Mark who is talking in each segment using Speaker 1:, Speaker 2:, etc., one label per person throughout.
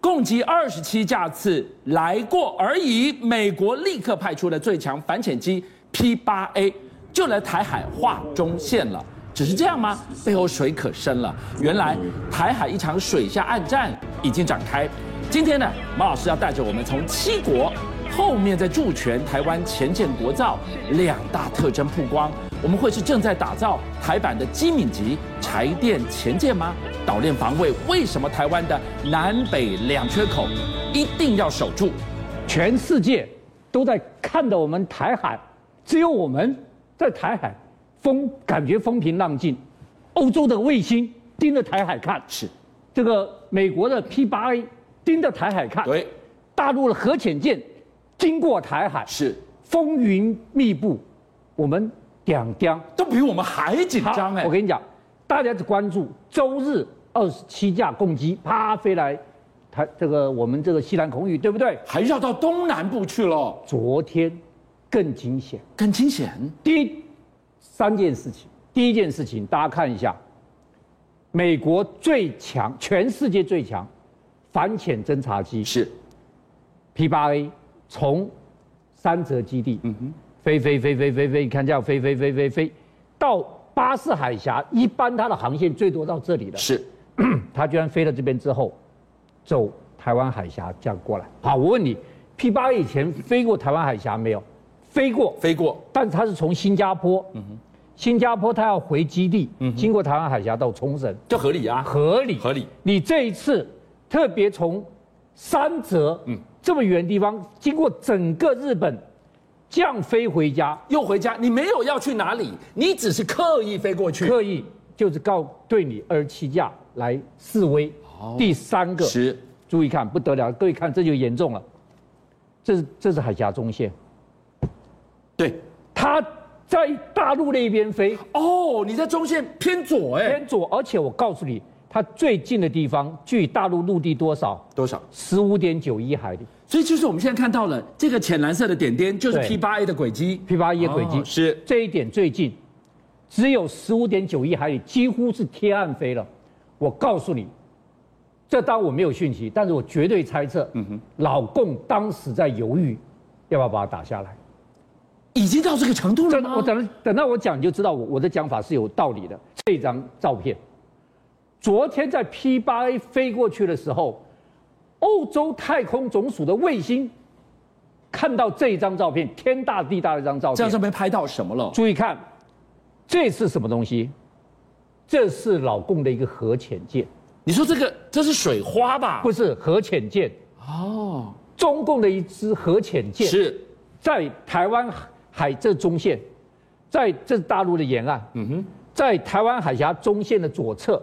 Speaker 1: 共计二十七架次来过而已。美国立刻派出了最强反潜机 P 八 A，就来台海划中线了。只是这样吗？背后水可深了。原来台海一场水下暗战已经展开。今天呢，马老师要带着我们从七国后面在驻权台湾前建国造两大特征曝光。我们会是正在打造台版的机敏级柴电前舰吗？岛链防卫为什么台湾的南北两缺口一定要守住？
Speaker 2: 全世界都在看着我们台海，只有我们在台海风感觉风平浪静。欧洲的卫星盯着台海看，
Speaker 1: 是
Speaker 2: 这个美国的 P 八 A 盯着台海看，
Speaker 1: 对，
Speaker 2: 大陆的核潜舰经过台海，
Speaker 1: 是，
Speaker 2: 风云密布，我们两江
Speaker 1: 都比我们还紧
Speaker 2: 好，
Speaker 1: 张哎
Speaker 2: 我。跟你讲，大家只关注周日二十七架共机啪飞来台这个我们这个西南空域，对不对？
Speaker 1: 还绕到东南部去了，
Speaker 2: 昨天更惊险。
Speaker 1: 更惊险。
Speaker 2: 第一三件事情，第一件事情大家看一下，美国最强，全世界最强反潜侦察机
Speaker 1: 是
Speaker 2: P 八 A 从三泽基地，飞飞飞飞飞飞，你看这样飞飞飞飞飞，到巴士海峡，一般它的航线最多到这里的，
Speaker 1: 是，
Speaker 2: 它居然飞到这边之后，走台湾海峡这样过来。好，我问你，P 八 A 以前飞过台湾海峡没有？飞过，
Speaker 1: 飞过
Speaker 2: 但是它是从新加坡，新加坡它要回基地，经过台湾海峡到冲绳，
Speaker 1: 就合理啊，
Speaker 2: 合理
Speaker 1: 嗯合理。
Speaker 2: 你这一次特别从三泽，
Speaker 1: 嗯
Speaker 2: 这么远的地方，经过整个日本，这样飞回家，
Speaker 1: 又回家，你没有要去哪里，你只是刻意飞过去。
Speaker 2: 刻意就是告对你二十七架来示威。第三个
Speaker 1: 哦是
Speaker 2: 注意看，不得了，各位看这就严重了，这是这是海峡中线，
Speaker 1: 对。
Speaker 2: 它在大陆那边飞。
Speaker 1: 哦，你在中线偏左哎，
Speaker 2: 偏左，而且我告诉你，它最近的地方距大陆陆地多少？
Speaker 1: 多少？
Speaker 2: 十五点九一海里。
Speaker 1: 所以就是我们现在看到了这个浅蓝色的点点，就是
Speaker 2: 对
Speaker 1: P 八 A 的轨迹。
Speaker 2: P 八一轨迹、
Speaker 1: 哦是
Speaker 2: 这一点最近，只有十五点九一海里，几乎是贴岸飞了。我告诉你，这当我没有讯息，但是我绝对猜测，
Speaker 1: 嗯
Speaker 2: 老共当时在犹豫，要不要把它打下来。
Speaker 1: 已经到这个程度了
Speaker 2: 真的，
Speaker 1: 吗？
Speaker 2: 我等等到我讲你就知道我我的讲法是有道理的。这张照片，昨天在 P 八 A 飞过去的时候，欧洲太空总署的卫星看到这一张照片，天大地大的一张照
Speaker 1: 这样
Speaker 2: 片。
Speaker 1: 上面拍到什么了？
Speaker 2: 注意看，这是什么东西？这是老共的一个核潜舰，
Speaker 1: 你说这个这是水花吧？
Speaker 2: 不是核潜舰，
Speaker 1: 哦，
Speaker 2: 中共的一支核潜舰。
Speaker 1: 是
Speaker 2: 在台湾海这中线，在这大陆的沿岸，在台湾海峡中线的左侧，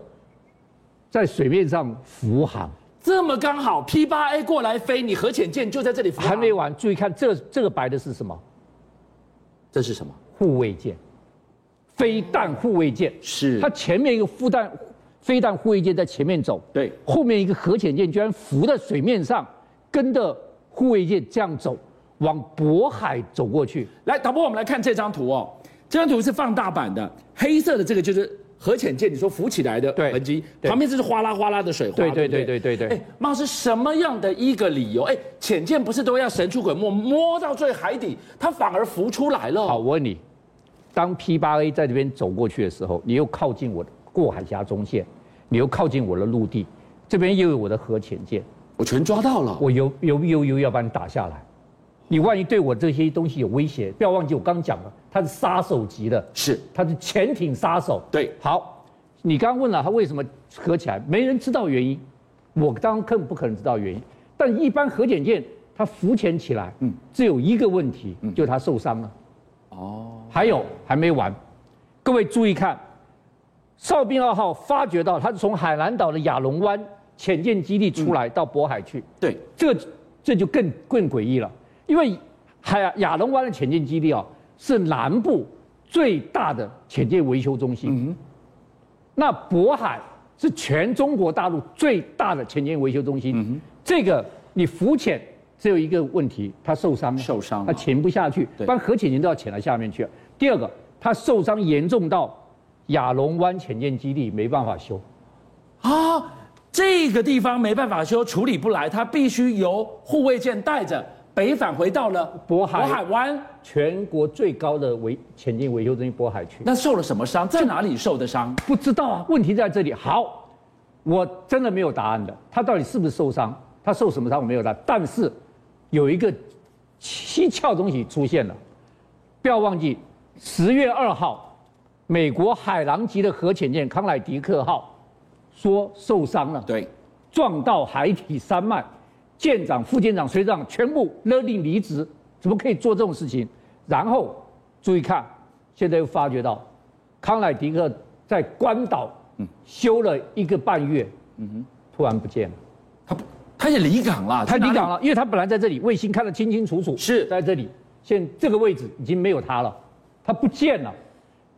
Speaker 2: 在水面上浮航。
Speaker 1: 这么刚好 P 八 A 过来飞，你核潜舰就在这里浮航啊
Speaker 2: 还没，完，注意看这这个白的是什么？
Speaker 1: 这是什么？
Speaker 2: 护卫舰，飞弹护卫舰。
Speaker 1: 是
Speaker 2: 它前面一个复弹飞弹护卫舰在前面走，
Speaker 1: 对
Speaker 2: 后面一个核潜舰居然浮在水面上，跟着护卫舰这样走，往渤海走过去。
Speaker 1: 来，导播，我们来看这张图哦。这张图是放大版的，黑色的这个就是核潜舰，你说浮起来的
Speaker 2: 对
Speaker 1: 痕迹，
Speaker 2: 对
Speaker 1: 旁边这是哗啦哗啦的水花。
Speaker 2: 对
Speaker 1: 对
Speaker 2: 对
Speaker 1: 不
Speaker 2: 对对对对
Speaker 1: 哎，貌是什么样的一个理由？哎，潜舰不是都要神出鬼没，摸到最海底，它反而浮出来了。
Speaker 2: 好，，我问你，当 P 八 A 在这边走过去的时候，你又靠近我的过海峡中线，你又靠近我的陆地，这边又有我的核潜舰，
Speaker 1: 我全抓到了。
Speaker 2: 我犹犹豫犹豫要把你打下来。你万一对我这些东西有威胁，不要忘记我刚讲了，它是杀手级的，
Speaker 1: 是
Speaker 2: 它是潜艇杀手。
Speaker 1: 对
Speaker 2: 好，你刚问了它为什么合起来，没人知道原因，我当然更不可能知道原因。但一般核潜舰它浮潜起来，嗯，只有一个问题，就是它受伤了。哦，还有还没完，各位注意看，哨兵二号发觉到它是从海南岛的亚龙湾潜舰基地出来到渤海去，
Speaker 1: 对，
Speaker 2: 这这就更更诡异了，因为海亚龙湾的潜舰基地啊、是南部最大的潜舰维修中
Speaker 1: 嗯
Speaker 2: 心，那渤海是全中国大陆最大的潜舰维修中心，
Speaker 1: 嗯
Speaker 2: 这个你浮潜只有一个问题，它受伤了，
Speaker 1: 受伤了
Speaker 2: 它潜不下去，
Speaker 1: 对
Speaker 2: 不然核潜艇都要潜到下面去。第二个，它受伤严重到亚龙湾潜舰基地没办法修。
Speaker 1: 啊，这个地方没办法修，处理不来，它必须由护卫舰带着北返回到了
Speaker 2: 渤海
Speaker 1: 湾。
Speaker 2: 全国最高的维潜舰维修中心渤海区。
Speaker 1: 那受了什么伤？在哪里受的伤？
Speaker 2: 不知道啊，问题在这里。好，我真的没有答案的，他到底是不是受伤，他受什么伤我没有答案。但是有一个蹊跷东西出现了，不要忘记，十月二号，美国海狼级的核潜舰康乃狄克号说受伤了，
Speaker 1: 对，
Speaker 2: 撞到海底山脉，舰长、副舰长、水长全部勒令离职，怎么可以做这种事情？然后注意看，现在又发觉到，康乃狄克在关岛修了一个半月，突然不见了，
Speaker 1: 他不他也离港了，
Speaker 2: 他
Speaker 1: 去哪
Speaker 2: 离
Speaker 1: 里
Speaker 2: 港了，因为他本来在这里，卫星看得清清楚楚，
Speaker 1: 是
Speaker 2: 在这里，现在这个位置已经没有他了，他不见了，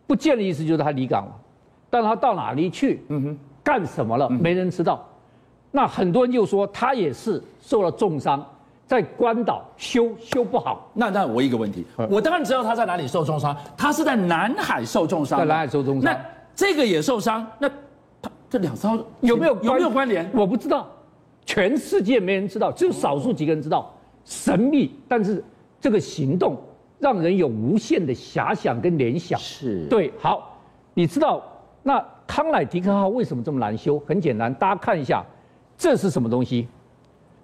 Speaker 2: 不见的意思就是他离港了，但他到哪里去？
Speaker 1: 嗯
Speaker 2: 干什么了？没人知道。那很多人就说他也是受了重伤，在关岛修修不好，
Speaker 1: 那那我一个问题，我当然知道他在哪里受重伤，他是在南海受重伤的，
Speaker 2: 在南海受重伤
Speaker 1: 那这个也受伤，那他这两艘
Speaker 2: 有没有
Speaker 1: 有没有关联？
Speaker 2: 我不知道，全世界没人知道，只有少数几个人知道，神秘。但是这个行动让人有无限的遐想跟联想。
Speaker 1: 是
Speaker 2: 对，好，你知道那康乃狄克号为什么这么难修？很简单，大家看一下，这是什么东西？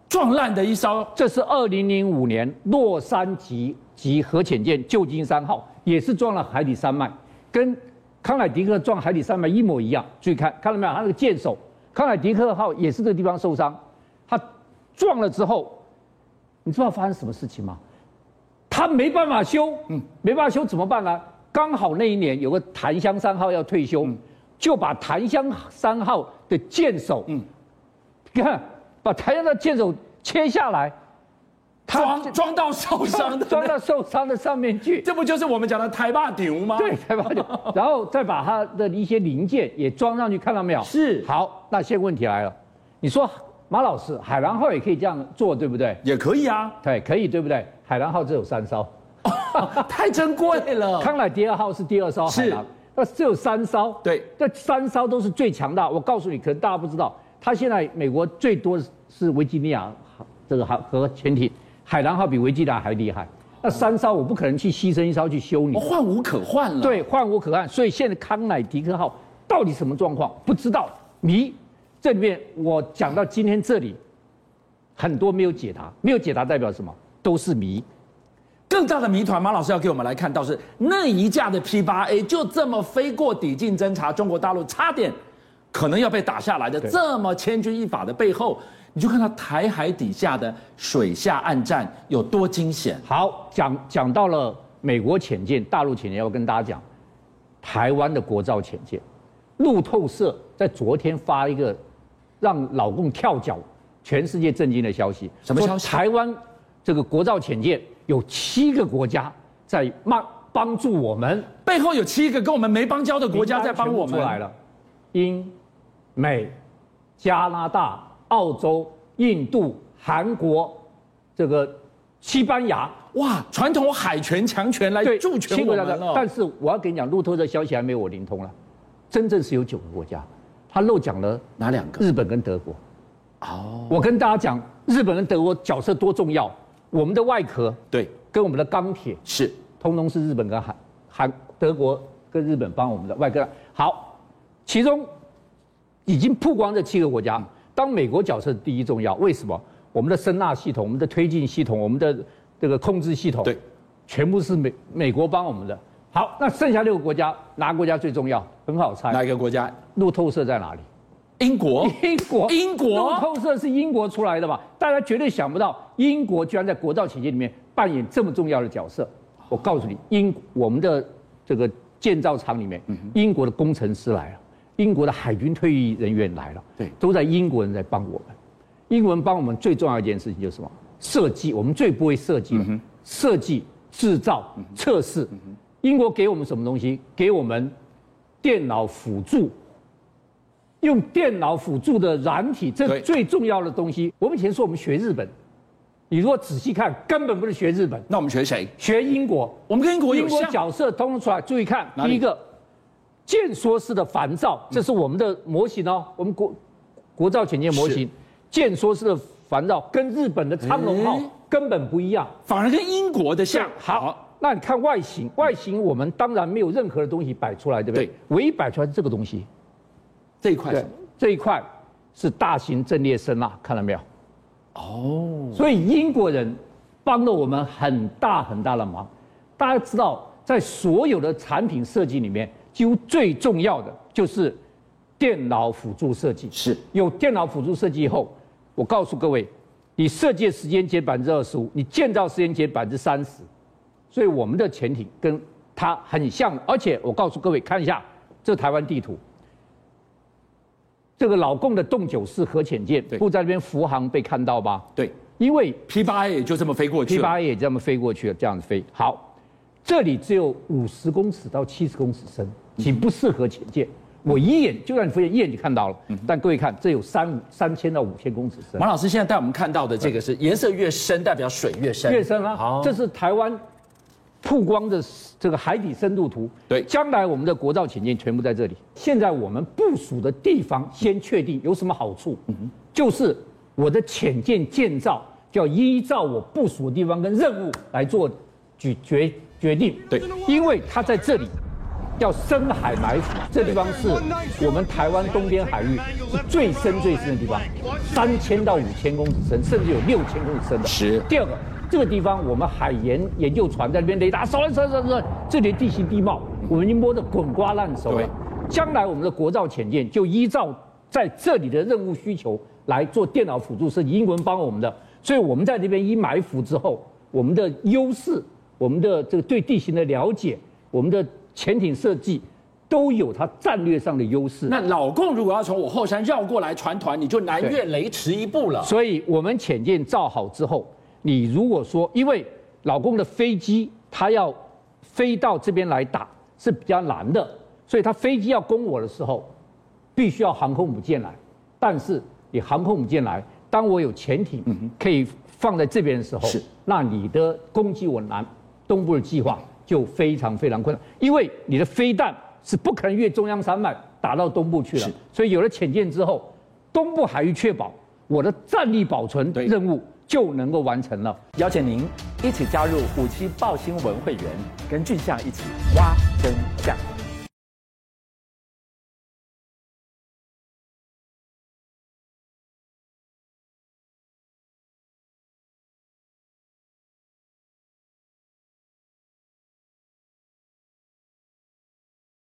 Speaker 1: 撞烂的一艘，
Speaker 2: 这是二零零五年洛杉矶级核潜舰旧金山号，也是撞了海底山脉，跟康乃狄克撞海底山脉一模一样。注意看，看到没有？它那个舰首，康乃狄克号也是这个地方受伤，它撞了之后，你知道发生什么事情吗？它没办法修，没办法修怎么办呢？刚好那一年有个檀香三号要退休，就把檀香三号的舰首，你看把檀香的舰首切下来，它
Speaker 1: 装装到受伤 的，
Speaker 2: 装到受伤的上面去，
Speaker 1: 这不就是我们讲的台霸顶吗？
Speaker 2: 对，，才把它，然后再把它的一些零件也装上去，看到没有？
Speaker 1: 是
Speaker 2: 好，那现在问题来了，你说马老师，海狼号也可以这样做，对不对？
Speaker 1: 也可以啊，
Speaker 2: 对，可以，对不对？海狼号只有三艘。
Speaker 1: 太珍贵了。
Speaker 2: 康乃第二号是第二艘海狼
Speaker 1: 是，
Speaker 2: 那只有三艘。
Speaker 1: 对
Speaker 2: 这三艘都是最强大。我告诉你，可能大家不知道，它现在美国最多是维吉尼亚这个核潜艇，海狼号比维吉尼亚还厉害。那三艘我不可能去牺牲一艘去修你
Speaker 1: 我，哦换无可换了，，
Speaker 2: 对，换无可换。所以现在康乃狄克号到底什么状况不知道，迷。这里面我讲到今天这里，很多没有解答，没有解答代表什么？都是谜。
Speaker 1: 更大的谜团，马老师要给我们来看到是那一架的 P 八 A 就这么飞过抵近侦察中国大陆，差点可能要被打下来的，这么千钧一发的背后，你就看到台海底下的水下暗战有多惊险。
Speaker 2: 好，讲讲到了美国潜舰、大陆潜舰，我跟大家讲，台湾的国造潜舰，路透社在昨天发一个让老共跳脚、全世界震惊的消息，
Speaker 1: 什么
Speaker 2: 说
Speaker 1: 消息
Speaker 2: 台湾这个国造潜舰有七个国家在帮帮助我们，
Speaker 1: 背后有七个跟我们没邦交的国家在帮我
Speaker 2: 名单全部
Speaker 1: 们
Speaker 2: 出来，了，英、美、加拿大、澳洲、印度、韩国，这个西班牙。
Speaker 1: 哇，传统海权强权来
Speaker 2: 对，
Speaker 1: 哎助
Speaker 2: 七
Speaker 1: 权
Speaker 2: 个
Speaker 1: 我
Speaker 2: 国家
Speaker 1: 们
Speaker 2: 的
Speaker 1: 了。
Speaker 2: 但是我要跟你讲，路透的消息还没有我灵通了，真正是有九个国家，他漏讲了
Speaker 1: 哪两个？
Speaker 2: 日本跟德国。
Speaker 1: 哦，
Speaker 2: 我跟大家讲，日本跟德国角色多重要，我们的外壳
Speaker 1: 对，
Speaker 2: 跟我们的钢铁，
Speaker 1: 是
Speaker 2: 通通是日本跟韩韩德国跟日本帮我们的外壳。好，其中已经曝光这七个国家，当美国角色第一重要，为什么？我们的声纳系统、我们的推进系统、我们的这个控制系统，
Speaker 1: 对，
Speaker 2: 全部是美美国帮我们的。好，那剩下六个国家，哪个国家最重要？很好
Speaker 1: 哪
Speaker 2: 猜，
Speaker 1: 一个国家？
Speaker 2: 路透社在哪里？
Speaker 1: 英 国。
Speaker 2: 英国，
Speaker 1: 哦英国
Speaker 2: 路透社是英国出来的嘛？大家绝对想不到，英国居然在国造企业里面扮演这么重要的角色。我告诉你，英我们的这个建造厂里面，
Speaker 1: 嗯
Speaker 2: 英国的工程师来了，英国的海军退役人员来了，
Speaker 1: 对
Speaker 2: 都在英国人在帮我们。英国人帮我们最重要一件事情就是什么？设计，我们最不会设计了，
Speaker 1: 嗯
Speaker 2: 设计、制造、测试。英国给我们什么东西？给我们电脑辅助，用电脑辅助的软体，这
Speaker 1: 对
Speaker 2: 最重要的东西。我们以前说我们学日本，你如果仔细看，根本不是学日本，
Speaker 1: 那我们学谁？
Speaker 2: 学英国。
Speaker 1: 我们跟英国
Speaker 2: 英
Speaker 1: 有
Speaker 2: 国
Speaker 1: 像。
Speaker 2: 角色通通出来，注意看，
Speaker 1: 哪
Speaker 2: 第
Speaker 1: 里嗯
Speaker 2: 一个，建说式的烦躁，这是我们的模型哦，我们国国造潜舰模型，建说是的烦恼跟日本的苍龙号
Speaker 1: 哎
Speaker 2: 根本不一样。
Speaker 1: 反而跟英国的像。
Speaker 2: 好，那你看外形，外形我们当然没有任何的东西摆出来，对不对？
Speaker 1: 对
Speaker 2: 唯一摆出来是这个东西，
Speaker 1: 这一块
Speaker 2: 对
Speaker 1: 什么？，
Speaker 2: 这一块是大型阵列声呐，看到没有？
Speaker 1: 哦，
Speaker 2: 所以英国人帮了我们很大很大的忙。大家知道，在所有的产品设计里面，几乎最重要的就是电脑辅助设计。
Speaker 1: 是
Speaker 2: 有电脑辅助设计以后，我告诉各位，你设计的时间节百分之二十五，你建造时间节百分之三十，所以我们的潜艇跟它很像。而且我告诉各位，看一下这台湾地图，这个老共的洞九式核潜舰
Speaker 1: 对
Speaker 2: 不在那边扶航被看到吧？
Speaker 1: 对
Speaker 2: 因为
Speaker 1: ，P 八 A 也就这么飞过去
Speaker 2: P
Speaker 1: 了。
Speaker 2: 八也这么飞过去了，这样子飞。好，这里只有五十公尺到七十公尺深，
Speaker 1: 嗯
Speaker 2: 挺不适合潜舰。我一眼就让你飞，一眼就看到了。
Speaker 1: 嗯
Speaker 2: 但各位看，这有三五三千到五千公尺深，
Speaker 1: 王老师现在带我们看到的这个是颜色越深，代表水越深。
Speaker 2: 越深啊
Speaker 1: 好，，
Speaker 2: 这是台湾曝光的这个海底深度图。
Speaker 1: 对
Speaker 2: 将来我们的国造潜舰全部在这里。现在我们部署的地方先确定有什么好处，
Speaker 1: 嗯
Speaker 2: 就是我的潜舰建造就要依照我部署的地方跟任务来做举决决定。
Speaker 1: 对
Speaker 2: 因为它在这里。要深海埋伏，这地方是我们台湾东边海域是最深最深的地方，三千到五千公尺深，甚至有六千公尺深的。
Speaker 1: 是
Speaker 2: 第二个，这个地方我们海研研究船在那边雷达扫来扫来扫来扫来，这里的地形地貌我们已经摸得滚瓜烂熟
Speaker 1: 对
Speaker 2: 了。将来我们的国造潜舰就依照在这里的任务需求来做电脑辅助设计，英文帮我们的，所以我们在这边一埋伏之后，我们的优势，我们的这个对地形的了解，我们的潜艇设计，都有它战略上的优势。
Speaker 1: 那老共如果要从我后山绕过来船团，你就南越雷池一步了。
Speaker 2: 所以我们潜舰造好之后，你如果说，因为老公的飞机它要飞到这边来打是比较难的，所以它飞机要攻我的时候，必须要航空母舰来。但是你航空母舰来，当我有潜艇可以放在这边的时候，
Speaker 1: 嗯是
Speaker 2: 那你的攻击我南东部的计划就非常非常困难，因为你的飞弹是不可能越中央山脉打到东部去了
Speaker 1: 是。
Speaker 2: 所以有了潜舰之后，东部海域确保我的战力保存
Speaker 1: 对
Speaker 2: 任务就能够完成了。
Speaker 3: 邀请您一起加入五七报新闻会员，跟俊相一起挖真相。